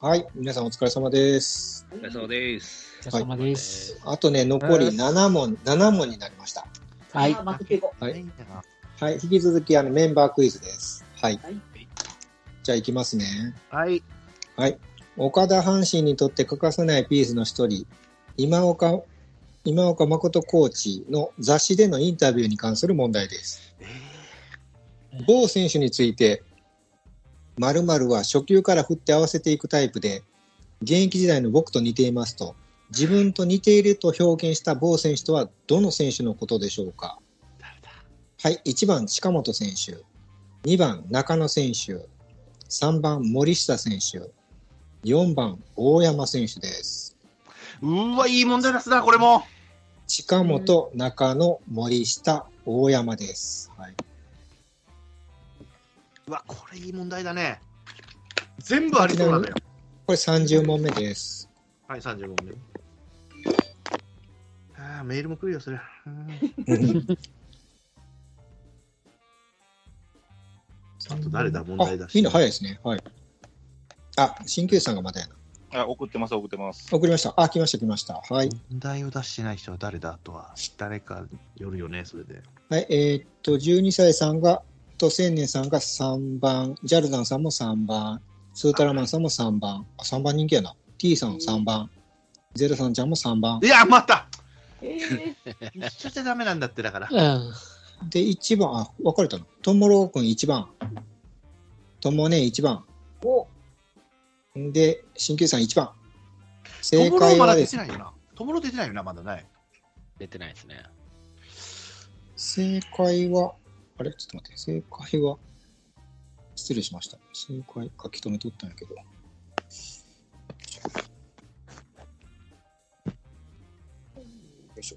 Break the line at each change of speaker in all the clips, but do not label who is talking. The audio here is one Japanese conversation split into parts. はい、皆さんお疲れ様です。
お疲れ様です。
お疲れ様です。
あとね、残り7問、7問になりました。
はい。
あー負けてご
はい
いいんだな。
はい、引き続きあのメンバークイズです。はい。
はい
じゃあ行きますね。
はい。
はい。岡田阪神にとって欠かせないピースの一人、今岡、今岡誠コーチの雑誌でのインタビューに関する問題です。某選手について、〇〇は初球から振って合わせていくタイプで、現役時代の僕と似ていますと、自分と似ていると表現した某選手とはどの選手のことでしょうかはい、1番近本選手、2番中野選手、3番森下選手、4番大山選手です。
うーわ、いい問題出すな、これも。
近本、中野、森下、大山です。はい。
うわ、これいい問題だね。全部ありそうなのよ。
これ30問目 です。
はい、35問目。ああ、メールも来るよ、そりゃ。うんあと誰だ、問
あ
題出、し
みんな早いですね。はい。あ、新旧さんがまだやな。
あ、送ってます、送ってます。
送りました。あ、来ました、来ました。はい。
問題を出してない人は誰だとは、誰かによるよね、それで。
はい、えーっと、12歳さんが、と千年さんが3番、ジャルダンさんも3番、スータラマンさんも3番、あ3番人気やな。T さん3番、ゼロさんちゃんも3番
い。や、待った
えー、
一緒じゃダメなんだって、だから
う。ん。
で、1番、あ、分かれたの。トモロー君1番、トモネ1番、
お
で、新旧さん1番。正
トモロ
解は
まだ
で
出
す
てないよな。トモロ出てないよな、まだない。
出てないですね。
正解は、あれちょっと待って、正解は、失礼しました。正解書き留めとったんやけど。よいしょ。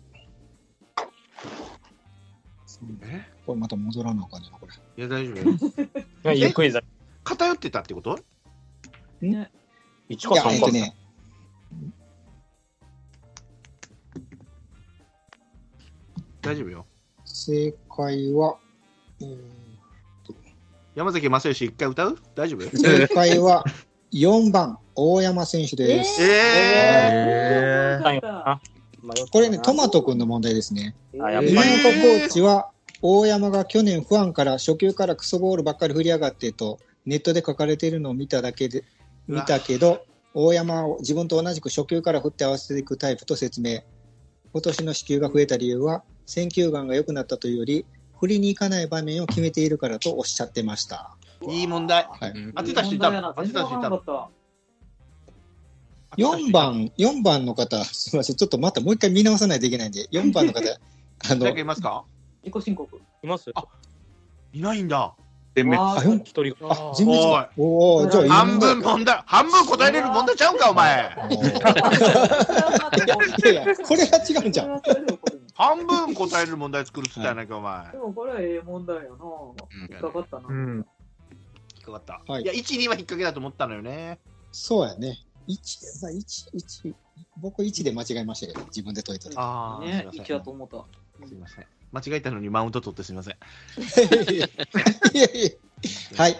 え
これまた戻らなあかんねんな、これ。
いや、大丈夫。
いや、ゆっくりだ。
偏ってたってこと
一
い
か
や、
三
えっ
か
と。ね。
大丈夫よ。
正解は、うーん
山崎正義一回歌う大丈夫
正解は4番、大山選手です。
え
え
え
ー、よかっ
これね、トマト君の問題ですね。
た
あやっぱり
今
え
岡コーチは、大山が去年、不安から初球からクソボールばっかり振り上がってと、ネットで書かれているのを見ただけで、
うわ
見たけど、大山を自分と同じく初球から振って合わせていくタイプと説明。今年の支給が増えた理由は、選球眼が良くなったというより、振りに行かない場面を決めているからとおっしゃってました。
ー、いい問題。
はい、
当てた人いたの当てた人いたの
4。番、4番の方、すみません、ちょっとまたもう一回見直さないといけないんで、4番の方、あの
誰か、いますか
自己申告。
います
いないんだ。
点目。
あ
あ、4、
一人か。
あ、人物か。おお、じゃあ、
半分問題、半分答えれる問題ちゃうんか、お前。
いやいや、これが違うんじゃ ん。
半分答えれる問題作るっつったやないか、お前。
でもこれはええ問題よな。
うん
引っかかったな。
ん。
引っかかった。
はい
いや、1、2は引っ掛けだと思ったのよね。
そうやね。一さ一一僕1で間違えましたけど、自分で解いたら。
ああ、
ね、
すいま
一
せん
だと思った。
すいません。間違えたのにマウント取ってすみません。
いやいやはい。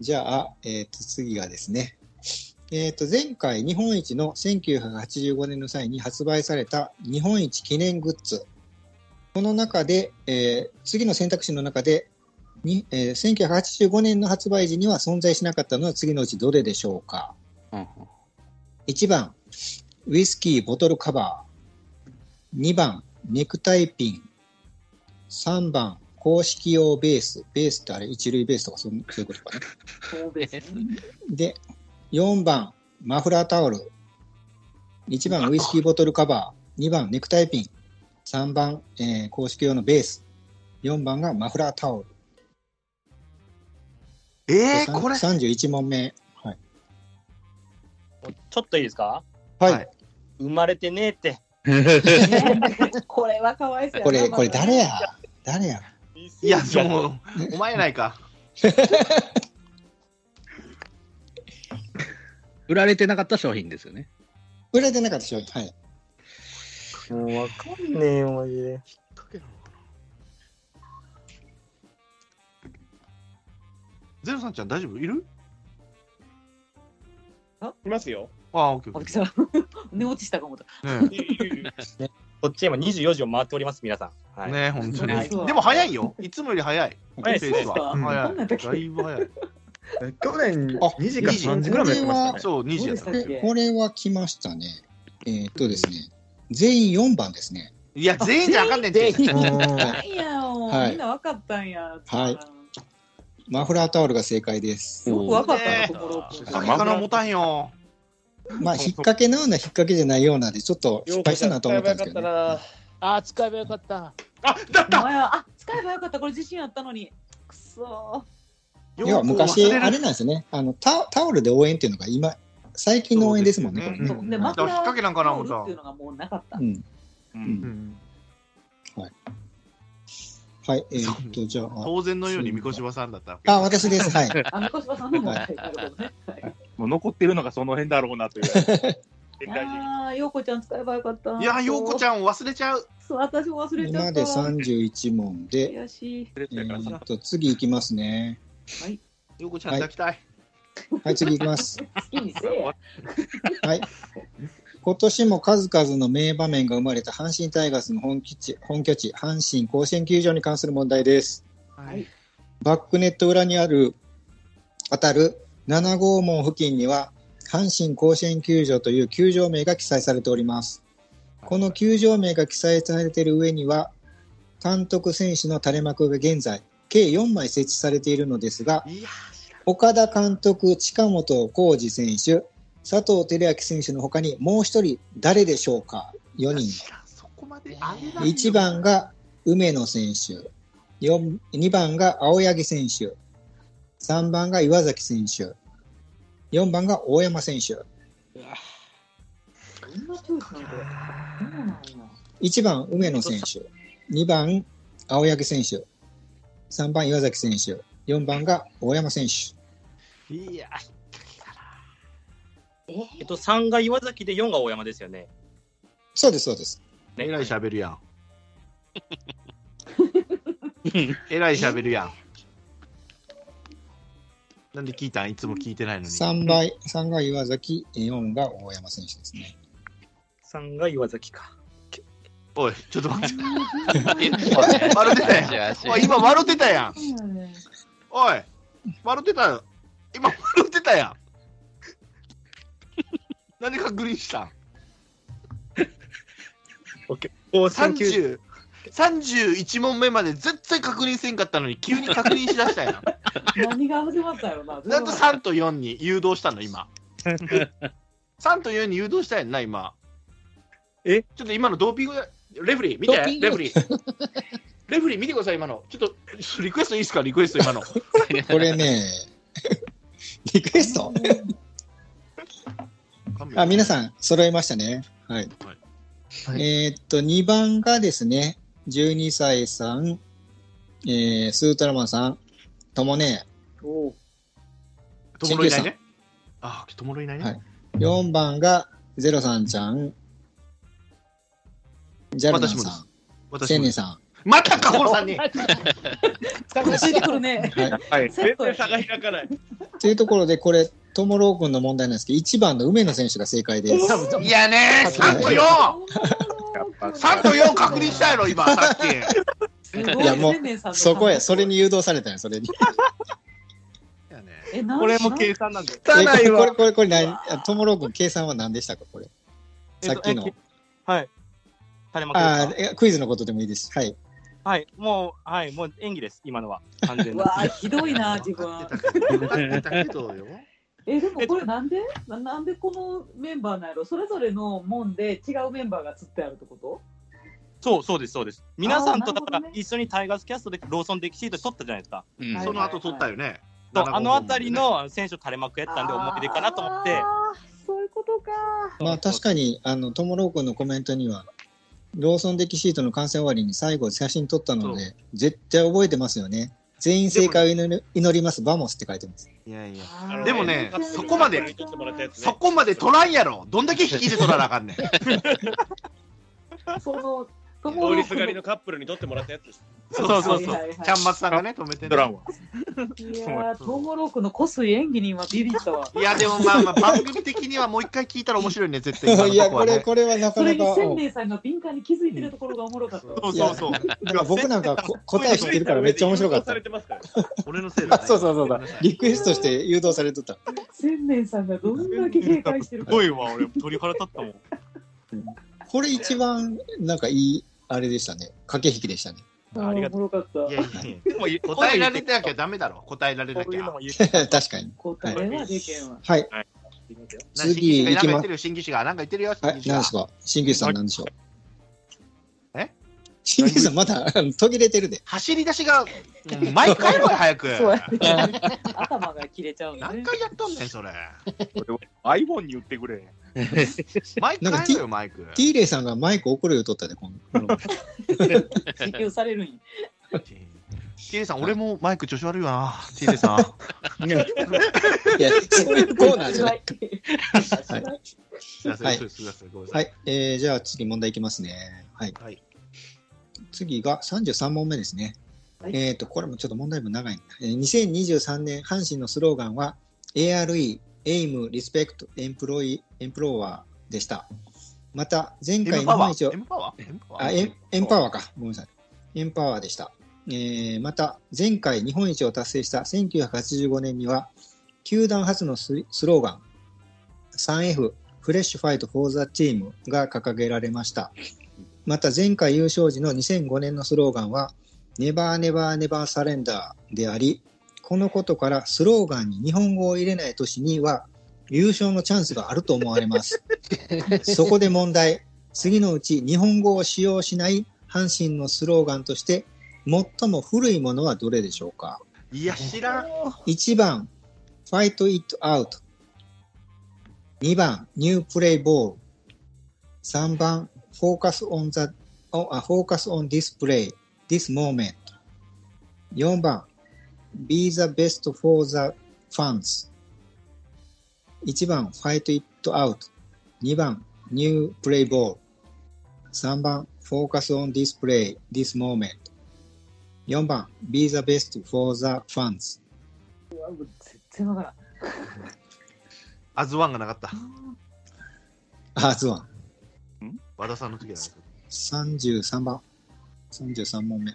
じゃあ、えっ、と、次がですね。えっ、と、前回、日本一の1985年の際に発売された日本一記念グッズ。この中で、えー次の選択肢の中で、にえー1985年の発売時には存在しなかったのは次のうちどれでしょうか、1番、ウイスキーボトルカバー。2番、ネクタイピン。3番、公式用ベース。ベースってあれ、一塁ベースとかそんそういうことかね。
そう ですね。
で、4番、マフラータオル。1番、ウイスキーボトルカバー。2番、ネクタイピン。3番、えー公式用のベース。4番がマフラータオル。
えー、これ。
31問目。
ちょっといいですか
はい。
はい
生まれてねえって。
これはかわいそうやな
これ、これ誰や
ま
誰や
いや、そう、お前やないか。
売られてなかった商品ですよね。
売られてなかった商品。はい。
もうわかんねえよ、マジで。
ゼロさんちゃん大丈夫いる
いますよ。
ああ、オッケーオ
青
ッ
木
ケー
さん、寝落ちしたかもと。
ね
こっち今24時を回っております、皆さん。はい。
ねえ、本当
そうですわ
に。でも早いよ。いつもより早い。
早い
ペ
で
ー
す
ス
ね。
は。
そうですかこ
早
ん
い。
なんだっけ
だいぶ早い。
去年
あ
2時か3時ぐらいまでやってましたね。
そう、2時
どうで
やっ
したたっ
んですよ。
け
これは来ましたね。えーっとですね、全員4番ですね。
いや、全員じゃあかんねんって。
うん
いやもう、
はい
みんな分かったんや。
はいマフラータオルが正解です。
よく分かった
ね
な、
え
小室君
先から持たんよ。
まあ、引っ掛けなような引っ掛けじゃないようなで、ちょっと失敗したなと思ったんですけど、ね。
な。
あー、使えばよかった。
あ、だっ
お
た
前はあ、使えばよかった、これ自信あったのに。くそ
要は昔、あ
れ
れなんですよねあのタ、タオルで応援っていうのが今、最近の応援ですもんね、これ
ー。
ね。
そううんで、
うん
マフラ
引っ掛けなんかな思った
タオルっていうのがもうなかった
う。ん。
う
うん
ん。
はい、えーっと、じゃあ、
当然のように三越柴さんだったわけ。
あ、私です。 はい。
あ、みこしばさんのもなるほどね。はい
もう残ってるのがその辺だろうなとい
い
う。
やー、ようこちゃん使えばよかった。
いや、ようこち
ゃん。
ゃんを忘れちゃう。
そう、私も忘れちゃ
今
っ
で
た。
31問で、
悔しい。
えーっと、次いきますね。
ようこちゃん抱きたい。
はい、次いきます。
好きにせえや。
はい。今年も数々の名場面が生まれた阪神タイガースの本拠地、本拠地、阪神甲子園球場に関する問題です。
い
バックネット裏にある、当たる7号門付近には、阪神甲子園球場という球場名が記載されております。この球場名が記載されている上には、監督選手の垂れ幕が現在、計4枚設置されているのですが、
いや、
岡田監督、近本浩二選手、佐藤輝明選手の他にもう一人誰でしょうか4人
知らんそこまであげないよ
1番が梅野選手4 2番が青柳選手3番が岩崎選手4番が大山選手
どんなチョイスなんこれ。そうなんや。
1番梅野選手2番青柳選手3番岩崎選手4番が大山選手
いや、
えっと、3が岩崎で4が大山ですよね。
そうですそうです
ね
えらい喋るやん。 えらい喋るやん。なんで聞いたんいつも聞いてないのに。
3倍3が岩崎4が大山選手ですね
3が岩崎か。
おい、ちょっと待って。
笑
笑ってた
やん
おい、今笑ってたやん。
そうなんや
おい、笑ってたよ。今笑ってた やん。なんで確認したん
おー三十
?30、31問目まで絶対確認せんかったのに急に確認しだしたやん。
何が始まったよな。
なんで3と4に誘導したの、今。3と4に誘導したやんな、今。
え
ちょっと今のドーピング、レフェリー、見て、
ドーピング
レフェリー。レフェリー、見てください、今の。ちょっと、リクエストいいですか、リクエスト、今の。
これね、 リクエストあ、皆さん、揃いましたね。はい。
はい
えーっと、2番がですね、12歳さん、えー、スートラマンさん、ともね、
おう
友野いないね。あ、友野いないね。
はい4番がゼロさんちゃん、ジャルナン
私も
さ
です
ん、
私
セ
も
ネさ
またか、この3人。
ついてくるね。
ん。はい。
はい。
セッ
全
トや
然差が開かない。
というところで、これ、ともろうくんの問題なんですけど、1番の梅野選手が正解です。
いやねー、3と 4! 3と4確認したやろ、今、さっき。
すごい
いやもう
千年さんの
そこへ、それに誘導されたよ、それに。
えなん
これも計算なんで。
え
汚い
これ、
わ。
これ、これ、何、ともろうくん、計算は何でしたか、これ。さっきの
え。と。えはい。
垂れ幕です
あ
か
ーえクイズのことでもいいです。はい。
はい。もう、はい。もう演技です、今のは。完全
う
に。
わあひどいな自分。
分かってたけどよ。
えでもこれなんでななんでこのメンバーなんやろそれぞれの門で違うメンバーが釣ってあるってこと
そう、そうです、そうです。皆さんとだ
あーなるほ
か
どね
ら一緒にタイガースキャストでローソンデキシート取ったじゃないですか。
うん
はい
その後取ったよね。
そう
7
あの辺りの選手を垂れ幕やったんで思い出かなと思って。
あーそういうことか
まあ確かに、あの、ともろうくんのコメントには、ローソンデキシートの完成終わりに最後写真撮ったので、絶対覚えてますよね。全員正解を祈り祈ります、バモスって書いてます。
いやいや。
あー
でもね
全然
そこまで
わかんない
そこまで取らんやろ。どんだけ引きで取らなあかんねん。
その
通
友
り
の
すがりのカップルに取ってもらったやつです。
そうそうそう。
はいはいはい
ちゃんまつさんがね、止めてね
ドラムは。
いやー、トウモロークのこすい演技にはビビったわ。
いや、でもまあまあ、番組的にはもう一回聞いたら面白いね、絶対今の
いや、
とこ
こ
は
れ、
ね。
これはなか
それ
な
に
か、
千
うん
年さんの敏感に気づいてるところがおもろかった。
そうそうそう。
なんか僕なんかこ答え知ってるからめっちゃ面白かった。
俺のせいだ、ね。
そうそうそうだ。リクエストして誘導されとった。
千年さんがどんだけ警戒してる
す
か。
ごいわ、俺、鳥肌立ったもん。
これ一番、なんかいい、あれでしたね。駆け引きでしたね。
あ
ありが
ーおもろかった
い。やいやいや答えられてなきゃダメだろ。答えられな
こう
き
いう
ゃ
の。も言って
確かに。
答えはでけんわ。
はい。
なんか
次
新規士が
行き
な
ます
んか言って。るよ、新規士が。なんか言ってるよ、新
はい、
規士
何
が
です。か新宮さん何でしょう
え
新宮さんまだ途切れてるで。
走り出しが、うん毎回やろよ、早く。
そうやね。頭が切れちゃうね。
何回やっとんね ん、それ。
iPhone に言ってくれ。
毎回やろよ、マイク。
ティーレイさんがマイク怒るよとったで、こ の。
支給されるんや。
TJ さん、俺もマイク調子悪いわな。TJ さん。
いや、そう いうコーナーじゃない。
はい
は
すいません、すいません、ごめんな
は
さい。
い。えー、じゃあ次問題いきますね。はい。
はい
次が33問目ですね。
はい
えっ、と、これもちょっと問題文長いな、えー。2023年、阪神のスローガンは、ARE、AIM、リスペクト、エンプロイ、エンプロワーでした。また、前
M
回の
パワ
毎日
ー
を
?M パワー ?M パワー
あエンエンパワーか。ごめんなさい。エンパワーでした。えーまた、前回日本一を達成した1985年には、球団初のススローガン、3F、フレッシュファイトフォーザチームが掲げられました。また、前回優勝時の2005年のスローガンは、ネバーネバーネバーサレンダーであり、このことからスローガンに日本語を入れない年には、優勝のチャンスがあると思われ ます。そこで問題。次のうち日本語を使用しない阪神のスローガンとして最も古いものはどれでしょうか
いや、知らん。
1番 Fight It Out 2番 New Play Ball 3番 Focus on the o あ Focus on this play this moment 4番 Be the best for the fans 1番 Fight It Out 2番 New Play Ball 3番 Focus on this play this moment 4番 Be the best for the fans
絶対わからん。
アズワンがなかった。
あ、ズワン。
和田さんの時だね。
33番。33問目。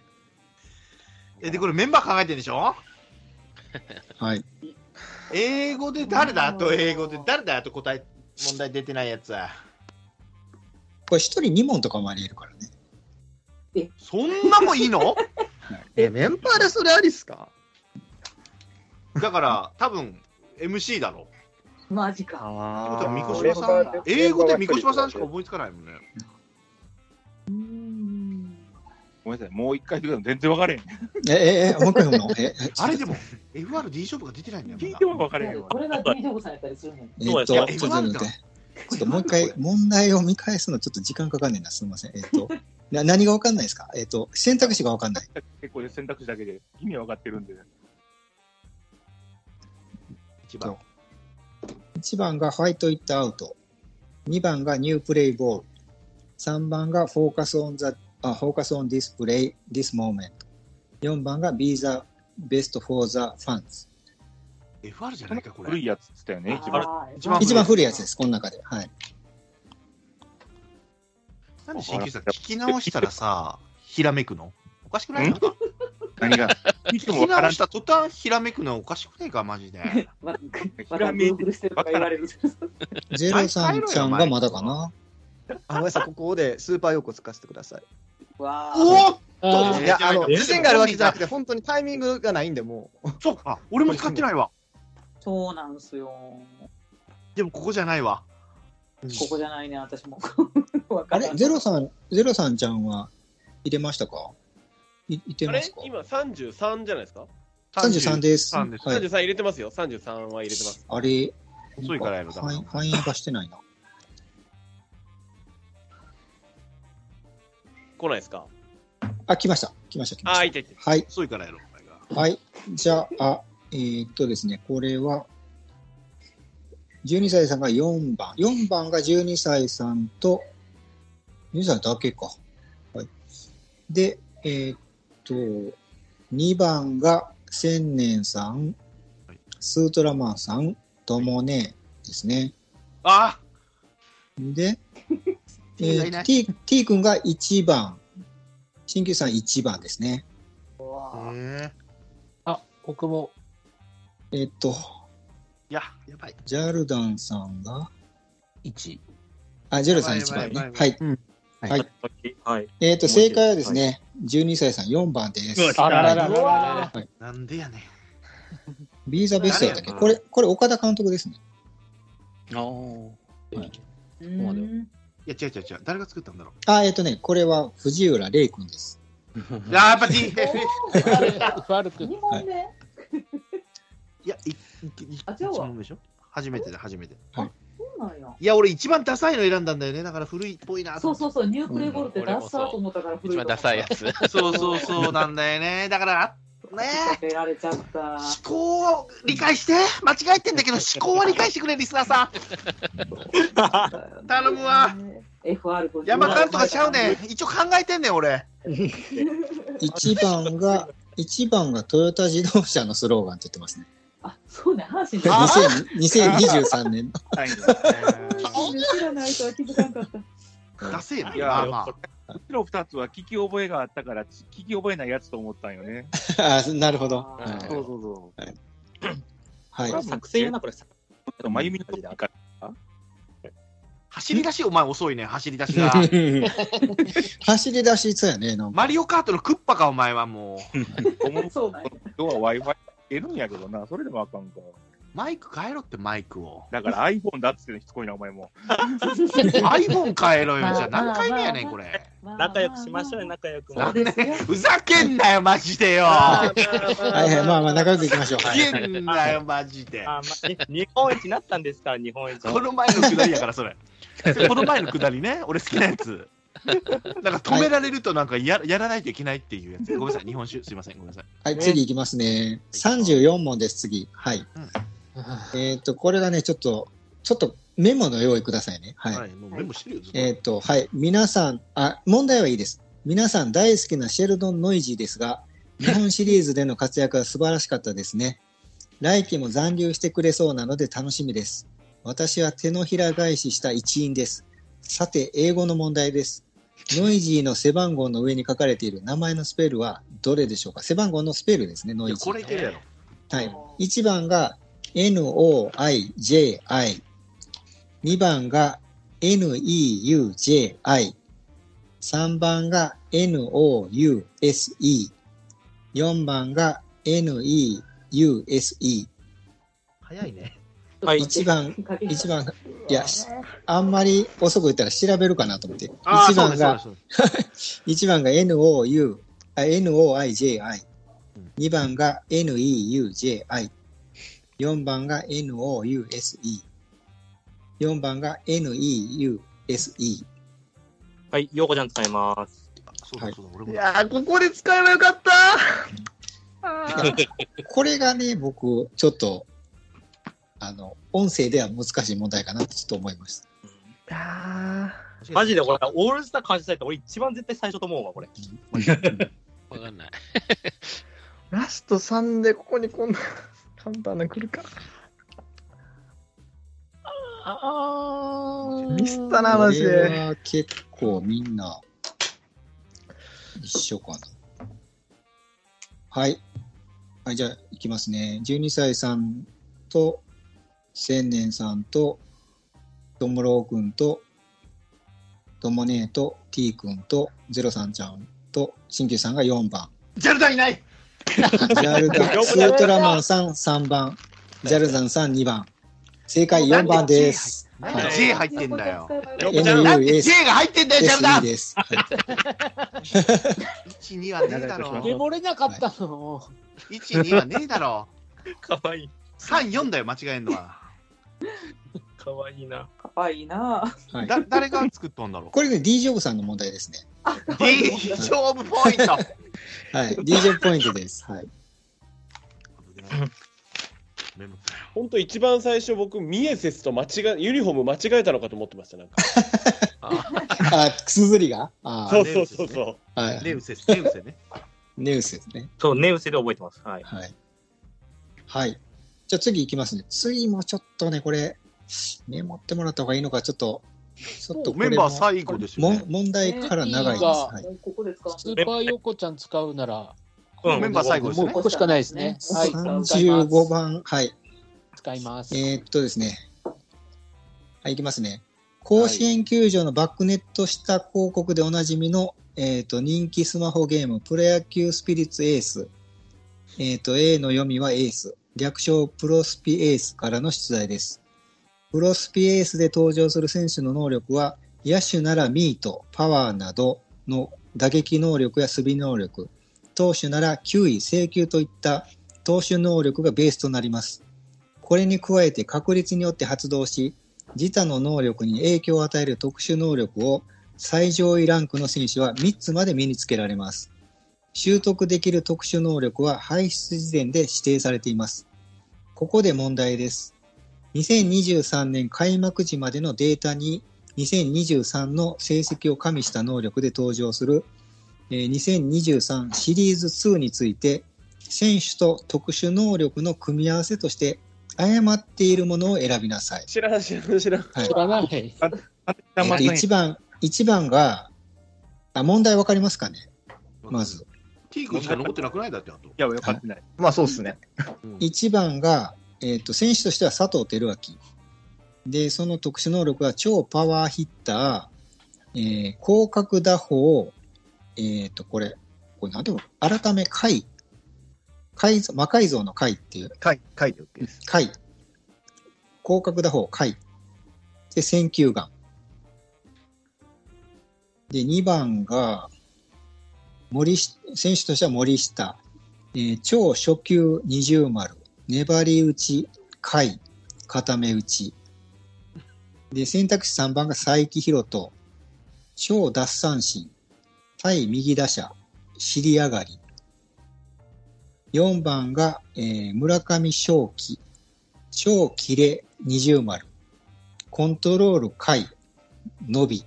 え、で、これメンバー考えてんでしょ
はい。
英語で誰だあと英語で誰だあと答え、問題出てない やつは。
これ一人2問とかもあり得るからね。
そんなもんいいの
え
え、メンバーでそれありっすか
だから、多分 MC だろ。
マジか。
ってことは、
あ
三
あ。
越さん、英語で三越さんしか思いつかないもんね。
ごめんなさい、もう一回言うの全然分かれへん。
え、え、え、もう一回読むのえ、
あれでも、FRD 勝負が出てないんだよ。
聞いても分かれへんわ。
これが DJ さんやったりするの
ええっと、ちょっとちょっと待って。ちょっともう一回、問題を見返すのちょっと時間かかんねんな。すみません。えっと、な何がわかんないですかえっと、選択肢がわかんない。
結構ね選択肢だけで意味は分かってるんで。
一番。
1番が Fight It Out。2番が New Play Ball。3番が Focus on the, あ、Focus on this play, this moment。4番が Be the best for the fans。
FR じゃないか、こ
古
れ
い。やつっつったよね、一番。
あー
一番
一番古いやつです、この中で。はい。
なんで新旧さん、聞き直したらさ、ひらめくのおかしくない
ん
なんか
何が。聞いて
聞
も
き
分から
直
ん
し。た途端、ひらめくのおかしくないか、マジで。
ままた Google してるとか言われる。
ゼロさんちゃんがまだかな。
あ、ごめんなさい、ここでスーパーヨーコ使わせてください。
わー
おっと
いや、あの、
え
自信があるわけじゃなくて、本当にタイミングがないんで、もう。
そうか、俺も使ってないわ。
そうなんすよ。
でも、ここじゃないわ。
ここじゃないね、私も。わか
あ
らん
れ、ゼロさん、ゼロさんちゃんは入れましたかい入れ
あ
ま
れ
すか
今33じゃないですか
33です。
33です
はい
?33 入れてますよ。33は入れてます。
あれ、
遅いからやろだから
反映反映化してないな。
来ないですか
あ、来ました。来ました、来ま
あー、
し
いたいた。
た。はい。
遅いからやろ、お前が。
はい。じゃあ、えーっとですね、これは、12歳さんが4番。4番が12歳さんと、12歳だけか。はい。で、えーっと、2番が千年さん、スートラマンさん、ともねですね。
あ
で、え
T がいな
ー、
い
T, T 君が1番、新旧さん1番ですね。
あ、僕も。
えっと、
いや、やばい。
ジャルダンさんが、
1。
あ、ジャルダンさん1
やばい
番
や
ね。
ば
はいい。はい。
はい。
えっと、正解はですね、12歳さん4番です。
あららら
うわ
なんでやねん。
ビーザベストやったっけ
誰や
これ、これ岡田監督ですね。
あー
ー
こまで
うん
いや、違う違う違う。誰が作ったんだろう。
あ、えっとね、これは藤浦玲君です。
いや、やっぱ T。
悪く。
二問目
いや、い、い、
あ違うわ
一問目でしょ初めてだ、初めて。
そうなんや
いや、俺一番ダサいの選んだんだよね。だから古いっぽいなと
そう
思って。
そうそう、ニュークレボールってダッサーと思ったから
一番ダサいやつ。
そうそうそうなんだよね。 だから、あねえ。
食べられちゃった。
思考を理解して間違えてんだけど思考は理解してくれリスナーさん頼むわ。
FR50。
山間監督がちゃうねん一応考えてんねん俺
1番 が、一番がトヨタ自動車のスローガンって言ってますね。
あ、そうね、阪神だ。
2000 2023年の。
知らないとは気づかんかった。
ダセえない
や
まあま
うちの二つは聞き覚えがあったから、聞き覚えないやつと思ったんよね。
あなるほど。
あ
そうそうそう。
はい。
これ は作戦やな、これ。
ちょっと真由美の時から
走り出しお前遅いね走り出しが
走り出しそうやね、なんか。
マリオカートのクッパかお前はもう
思う
そうなんや。
人は Wi-Fi 得るんやけどな、それでもあかんか。
マイク変えろってマイク を
だから iPhone だっつってんのしつこいな、お前も。
iPhone 変えろよじゃあ何回目やねんこれ
仲良くしましょうね、仲良く。
そうですよ。
ふざけんなよマジでよ
はいはい、まあまあ、仲良くいきましょう。
ふざ
はい。
けんなよマジで
あまあね日本一になったんですから、日本一。
この前のくだりやから、それ。この前のくだりね、俺好きなやつ。なんか止められると、なんかややらないといけないっていうやつ。ごめんなさい、日本酒、すいません、ごめんなさい。
はい、次いきますね。34問です、次。はい。えっと、これがね、ちょっと、ちょっとメモの用意くださいね。はい。
はい、もうメモしてるよ、ずっと。
えっ、と、はい。皆さん、あ、問題はいいです。皆さん大好きなシェルドン・ノイジーですが、日本シリーズでの活躍は素晴らしかったですね。来季も残留してくれそうなので楽しみです。私は手のひら返しした一員です。さて、英語の問題です。ノイジーの背番号の上に書かれている名前のスペルはどれでしょうか背番号のスペルですね、ノイ
いや
ジー。
これいけるやろ。
はい、1番が NOIJI2 番が NEUJI3 番が NOUSE4 番が NEUSE
早いね。
はい
一番一番いやしあんまり遅く言ったら調べるかなと思って
ああ、
1
そうで
番
す、そう
が
ですそうです。
1番が NOU、あ NOIJI、
うん
2番が NEUJI、4番が NOUSE、4番が NEUSE。
はい、ようこちゃん使います。
そうだ、そうだ、俺
い
も。
やー、ここで使えばよかった
これがね、僕、ちょっと、あの、音声では難しい問題かなとちょっと思いました。
マジでこれ、オールスター感謝祭って俺一番絶対最初と思うわ、これ。
わかんない。
ラスト3でここにこんな簡単なの来るか。ああミスったな、
こ
マジで。
れは結構みんな、一緒かな。はい。はい、じゃあ、いきますね。12歳さんと、千年さんと、ともろうくんと、ともねえと、t くんと、ゼロさんちゃんと、しんきゅうさんが4番。
ジャルダンいない
ジャルダン、スートラマンさん3番。ジャルザンさん2番。正解4番です。
なんで J 入ってんだよ。。
N
なん
U
で
S
J が入ってんだよ、ジャルダ
S E
ン
です。はい
!1、2はねえだろ。
メ
モれなか
った
の。1、2はねえだろ。
かわいい。
3、4だよ、間違えんのは。
かわいいな。
かわいいな
はい
だ誰が作ったんだろ
これね、D ジョブさんの問題ですね。
う。D 勝負ポイント。
はい。D ジョブポイントです。はい。
メモ
本当一番最初僕ミエセスと間違えユニフォーム間違えたのかと思ってましたなんか。
あ、くすずりがあ
そ
ー
うそうそうそう。
はい。
レウセス、レウセね。
ネウスですね。
そう、ネウスで覚えてます。はい。
はい。はい。じゃあ次行きますね。次もちょっとね、これ、メモってもらった方がいいのか、ちょっと、ちょっとこれも
メンバー最後ですよね
もん問題から長いです。はい。
ここで使う
スーパー横ちゃん使うなら、
うんメンバー最後ですね
もうここしかないですね。はい、使います
35番、はい。
使います。
えーっとですね。はい、いきますね。甲子園球場のバックネット下広告でおなじみの、えーっと、人気スマホゲーム、プロ野球スピリッツエース。えーっと、A の読みはエース。略称プロスピエースからの出題です。プロスピエースで登場する選手の能力は、野手ならミート、パワーなどの打撃能力や守備能力、投手なら球威、制球といった投手能力がベースとなります。これに加えて確率によって発動し、自他の能力に影響を与える特殊能力を最上位ランクの選手は3つまで身につけられます。習得できる特殊能力は排出時点で指定されています。ここで問題です。2023年開幕時までのデータに2023の成績を加味した能力で登場するえー2023シリーズ2について選手と特殊能力の組み合わせとして誤っているものを選びなさい。
知らん、知らん、知らん。
はい
知らない。
えーと一番、一番が、あ、問題わかりますかねまず。
T 君しか残ってなくないだってあと。
や、分かってない。
まあそうですね。1番が、えーと、選手としては佐藤輝明。で、その特殊能力は超パワーヒッター、えー広角打法、えっ、と、これ、これなんていうの改め、解。解像、魔改造の解っていう。解、解で OK です。解。広角打法、解。で、選球眼。で、2番が、森し、選手としては森下。えー超初級二重丸。粘り打ち、回、固め打ち。で、選択肢3番が佐伯博人。超奪三振。対右打者、尻上がり。4番が、えー村上正輝。超キレ、二重丸。コントロール、回、伸び。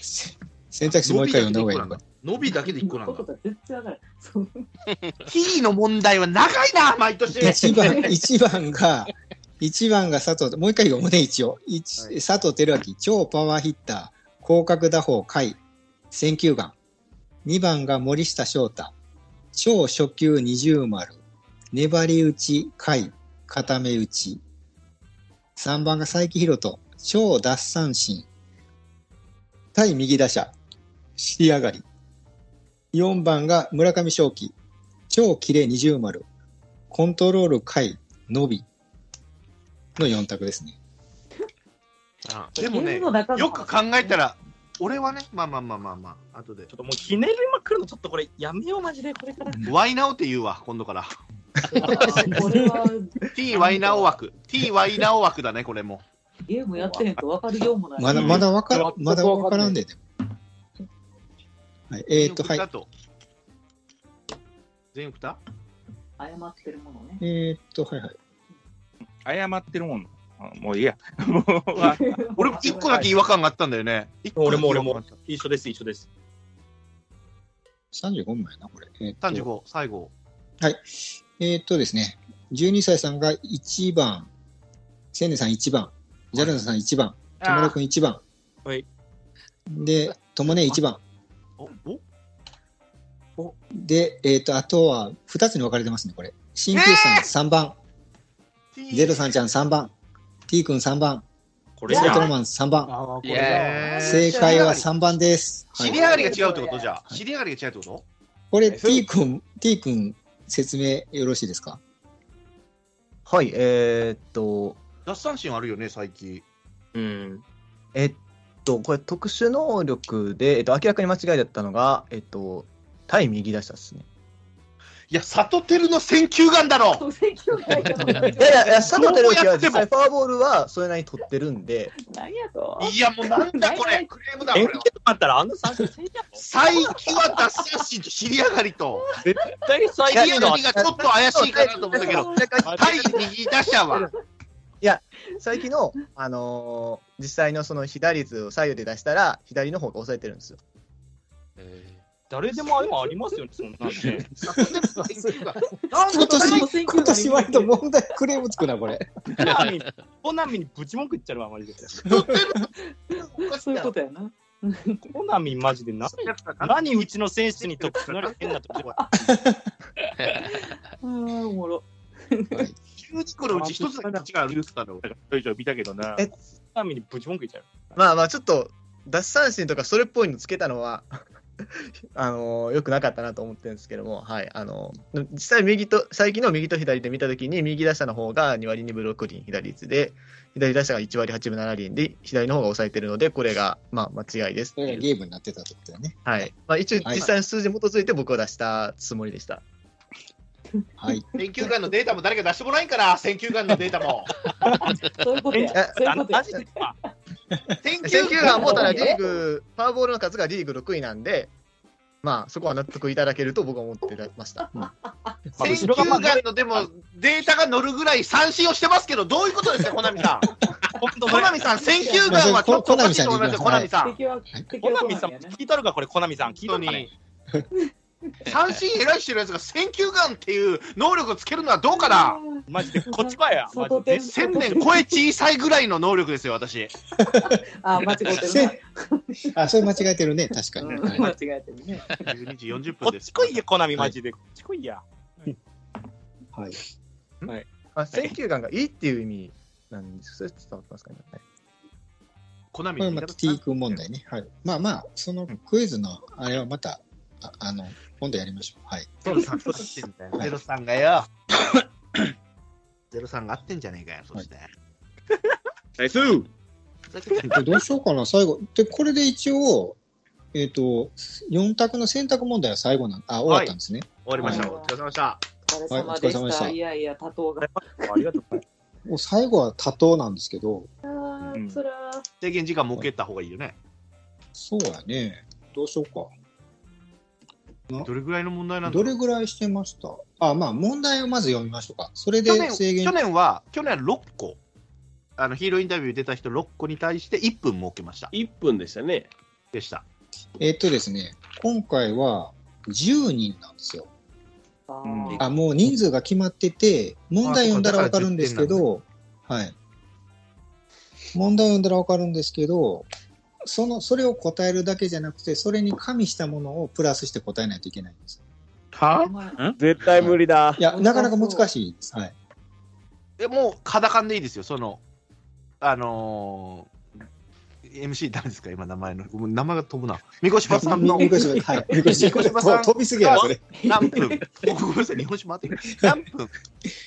せ選択肢もう一回読んだ方がいいのか。
伸びだけで1個なんだ。
全然わかんない。そう
T の問題は長いな、毎年。
一番、一番が、一番が佐藤、もう一回読むね、一応。一佐藤輝明、超パワーヒッター、広角打法、回、選球眼。二番が森下翔太、超初級二重丸、粘り打ち、回、固め打ち。三番が佐伯博人、超奪三振、対右打者、尻上がり。四番が村上正輝、超綺麗二重丸、コントロール回伸びの4択ですね。
でもね、よく考えたら、俺はね、まあまあまあまあまあ、後で。ちょっともうひねりまくるの、ちょっとこれやめよう、マジで、これから。ワイナオって言うわ、今度から。T ワイナオ枠。T ワイナオ枠だね、これも。
ゲームやってへんと分かるようもない。
まだまだわからまだわからんで、でもはい、えっ、と、はい。
全員送った
謝ってるものね。
えっ、と、はいはい。
謝ってるもん。あもういい や。
俺も1個だけ 違和感があったんだよね。
俺も俺も。一緒です、一緒です。
35枚な、これ。えーと
35、最後。
はい。えーっとですね、12歳さんが1番、千年さん1番、ジャルナさん1番、
あー
木村君1番、
はい。
で、ともね1番。
おお
で、えーっと、あとは2つに分かれてますね、これ。新旧さん3番、ゼロさんちゃん3番、T 君3番、
こ
スコトラマン3番。正解は3番です。はい
知り上がりが違うってことじゃあ。知り上がりが違うってこと
これ T 君、T 君説明よろしいですか
はい、えーっと、
脱三振あるよね、最近。
うん。えっと、これ特殊能力で、えっと、明らかに間違いだったのが、えっと、対右出したですね。
いや、佐藤輝の選球眼だろ
いやいや、いや佐藤輝明は実際フォアボールはそれなりに取ってるんで、
何や と
いや、もうなんだこれ、クレームだ、これ。
あったらあんな三振
最近は脱三振と知り上がりと。
絶対最
知り上がりがちょっと怪しいかなと思ったけど、対右打 者は。
いや、最近の、あのー実際のその被打率を左右で出したら、左の方が抑えてるんですよ。
誰でもあれもありますよね、そんな んね。
今年、今年割と問題クレームつくな、これ。
コナミ、コナミにぶち文句言っちゃうわ、マジで。
そういうことやな。
コナミマジで何何うちの選手にとってなり変なとこだ。
うーん、おもろ。
12個のうち一つだけ違う。
言って たの。以上見たけどな。
え
コナミにぶち文句言っちゃう。
まあまあちょっと奪三振とかそれっぽいのつけたのは あのよくなかったなと思ってるんですけども、はい、あの実際右と最近の右と左で見たときに右打者の方が2割2分6厘左打ちで左打者が1割8分7厘で左の方が抑えてるのでこれが、まあ、間違いです
これがゲームになってたってことだよね。
はいまあ、一応実際の数字に基づいて僕は出したつもりでした。
はい。
選球眼のデータも誰か出してもらえんから、選球眼のデータも。
そういうことや。そういうことや。
選
選球眼もただリーグ、ファーボールの数がリーグ6位なんで、まあそこは納得いただけると僕は思ってました。
選球眼のでもデータが乗るぐらい三振をしてますけど、どういうことですか、コナミ さん。コナミさん、選球眼はちょっとおかしいと思いますよ、コナミさん。
敵は
コナミさん、聞いたのか、これ、コナミさん、聞いたのかね。
三振偉いしてるやつが選球眼っていう能力をつけるのはどうかな
マジでこっちばや
マジで千年声小さいぐらいの能力ですよ私
あ、間違えてる
あ、それ間違えてる ね、確かに。
な。間違えてるね。
12時40
こっち来いや、コナミマジで。こっち来いや。
はい。
はい。
あ選球眼がいいっていう意味なんです。それ伝わってますかね。はい
コナミ
これまた T 君問題ね。はい。まあまあ、そのクイズのあれはまた、ああの、今度やりましょう。はい。
ゼロさんがよ。ゼロさんが合ってんじゃねえかよ、そして。
ナイス
これどうしようかな、最後。で、これで一応、えっ、と、4択の選択問題は最後なん、あ、終わったんですね。
終わりました。お疲れ様でした。
お疲れ様で
はいお疲れ様で
し
した
た。いやいや、多頭が。
ありがとう。
もう最後は多答なんですけど、
あーそら。
制限時間設けた方がいいよね。
そうやね。どうしようか。
どれぐらいの問題なんだ
ど
ろう
れぐらいしてましたあ、まあ、問題をまず読みましょうか。それで
去年
制限
去年は、去年は6個。あのヒーローインタビュー出た人6個に対して1分設けました。
1分でしたね。
でした。
えっとですね、今回は10人なんですよ。あ、もう人数が決まってて、問題読んだらわかるんですけど、はい。問題読んだらわかるんですけど、その、それを答えるだけじゃなくて、それに加味したものをプラスして答えないといけないんです。
は絶対無理だ。
いや、なかなか難しいです。はい。
でもう、カダカンでいいですよ、その、あのー MC 誰ですか、今、名前の、もう名前が飛ぶな、三越場さん の、
みこしばはいみこしば
さん
飛びすぎやそれ
何分、もうごめんなさい、日本酒回ってる何分、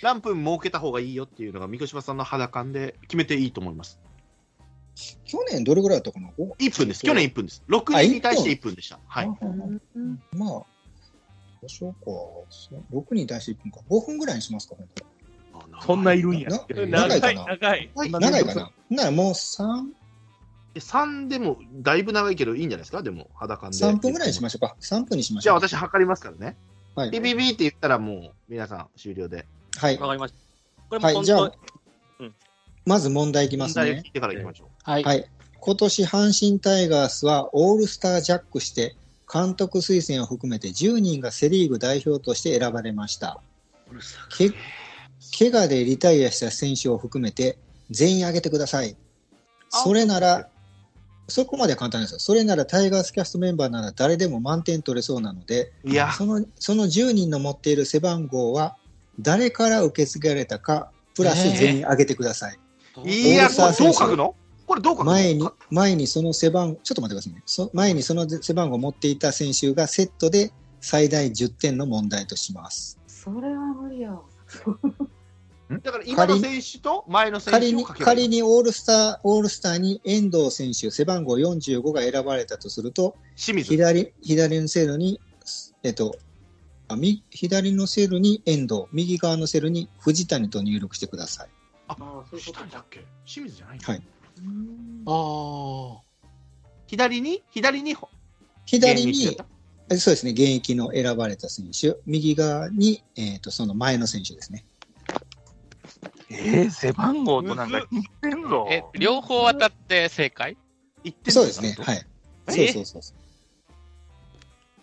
何分設けた方がいいよっていうのが、三越場さんの肌感で決めていいと思います。
去年どれぐらいだったかな
?1 分です、去年1分です、6人に対して1分でした。はい、
まあ、どうしようか。そう6人に対して1分か。5分ぐらいにしますか、本当
そんないるんや。
長いかな
長い。
長いかな。ならもう3、
3でもだいぶ長いけどいいんじゃないですか、でも肌感で。
3分ぐらいにしましょうか。3分にしまし
じゃあ
ょう。
私測りますからね。
はい
ビビビって言ったらもう皆さん終了で。
はい。
わかりました。これも
はい、
本
じゃ
当
あ、まず問題いきます
問題
ね
を聞い。てからいきましょう。
はい。今年、阪神タイガースはオールスタージャックして、監督推薦を含めて10人がセ・リーグ代表として選ばれました。け怪我でリタイアした選手を含めて、全員挙げてください。それなら、そこまでは簡単ですよ。それならタイガースキャストメンバーなら誰でも満点取れそうなので、
いや
そのその10人の持っている背番号は、誰から受け継がれたか、プラス全員挙げてください。
いや、これどう書くのこれどう書くの
前に、前にその背番号、ちょっと待ってくださいね。そ前にその背番号を持っていた選手がセットで最大10点の問題とします。
それは無理よ。
だから今の選手と前の選
仮
手を
に、
書けばい
仮
い。
にオールスター、オールスターに遠藤選手、背番号45が選ばれたとすると、
清水
左、左のセルに、えっと、あみ左のセルに遠藤、右側のセルに藤谷と入力してください。
あ、そういうことだっけ清水じゃない
はい。
ああ。左に左に
左
現
に
役だ、
えそうですね、現役の選ばれた選手、右側に、えっとその前の選手ですね。
えー、背番号となんか似てんぞ。
え、両方当たって正解
言って
そうですね、はい。
え
そうそうそうそう。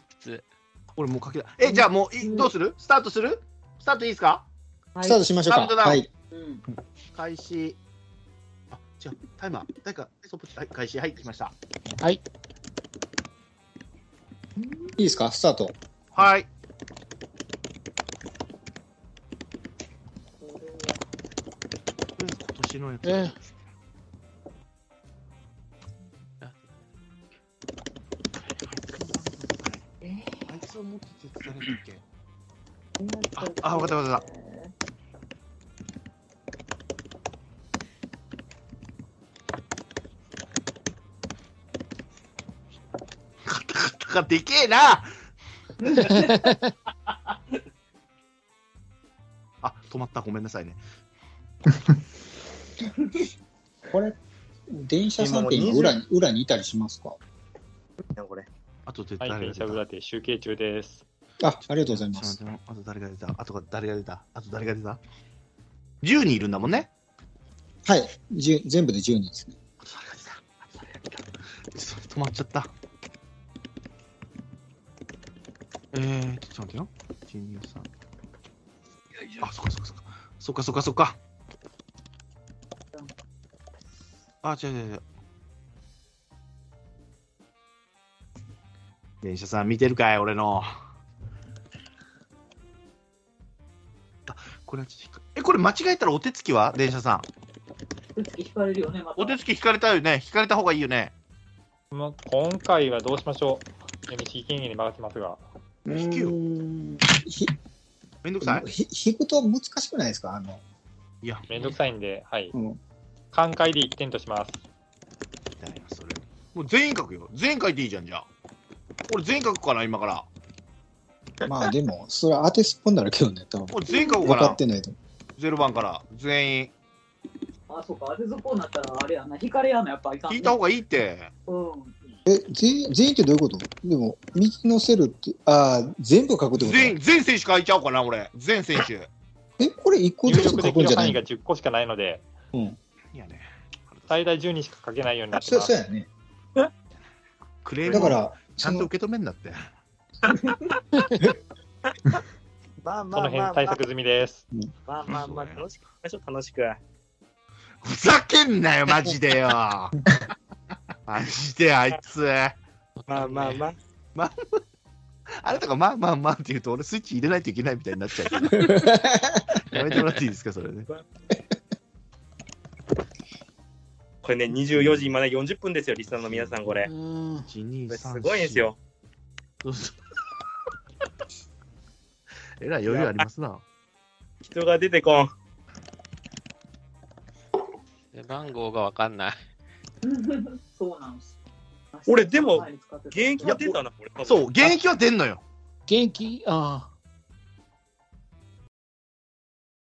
普通
俺もう書けない。え、じゃあもうい、どうするスタートするスタートいいですか
スタートしましょうか
カウントダウン
はい
うん開始。あ、違う。タイマー。誰か、そっぽはい、開始。はい、来ました。
はい。いいですかスタート。
はい。うん今年のやつ。あいつを持ってて誰だっけあ、わかったわかった。カタカタでけえなあ、止まった。ごめんなさいね。
これ、電車さんって今裏に裏にいたりしますか
これ。あとで
は
誰
い、電
が出た
車裏で集計中です。
あ、ありがとうございます。
ちょっと待ってあと誰が出たあと誰が出たあと誰が出た ?10 人いるんだもんね。
はい。じゅ全部で10人ですね。
止まっちゃった。えー、ちょっと待ってよ。1、2、3。あ、そっかそっかそっか。そっかそっかそっか。あ、違う違う違う。電車さん見てるかい俺の。あ、これはちょっと引っかえ、これ間違えたらお手つきは電車さん。
引かれるよね、また。
お手つき引かれたよね。引かれた方がいいよね。
まあ、今回はどうしましょう。読み引き権限に回しますが。
引くよ。めんどくさい
ひ引くと難しくないですかあの、
いや、
めんどくさいんで、はい。
うん
寛解で1点とします。
もう全員書くよ。全員書いていいじゃん、じゃあ。俺全員書くから、今から。
まあでも、それは当てすっぽんだらけどね、多
もう
分。
全員書こうか
分か
な
っ。てないと思
ゼロ番から。全員。
あ、そうか、あれずこうなったら、あれやな、引かれやな、やっぱいかん、
引いた方がいいって。
うん。
う。え、全員、全員ってどういうことでも、右のセルって、ああ、全部書くってこと
全員、全選手書いちゃおうかな、俺。全選手。
え、これ一個ずつ書
入力で
く
き
んじ
る
ゃな
範囲
い
が10個しかないので、
うん。
最大10にしか書けないようになって
そ
ま
う
す。
そうやね。
クレーム
だから、
ちゃんと受け止めんなって。
まあ
その辺対策済みです。
まあまあまあ、楽しく行きましょう、楽しく。
ふざけんなよ、マジでよ。マジで、あいつ。
まあまあまあ。
まあ、あれとか、まあまあまあって言うと、俺スイッチ入れないといけないみたいになっちゃうから。やめてもらっていいですか、それね。
これね、24時、今ね、40分ですよ、リスナーの皆さん、これ。
こ
れすごいんですよ。
えらい余裕ありますな。
人が出てこん。
背番号がわかんない。
そうなんです。
俺、でも、現役は出たな、俺。
そう、現役は出んのよ。
元気あ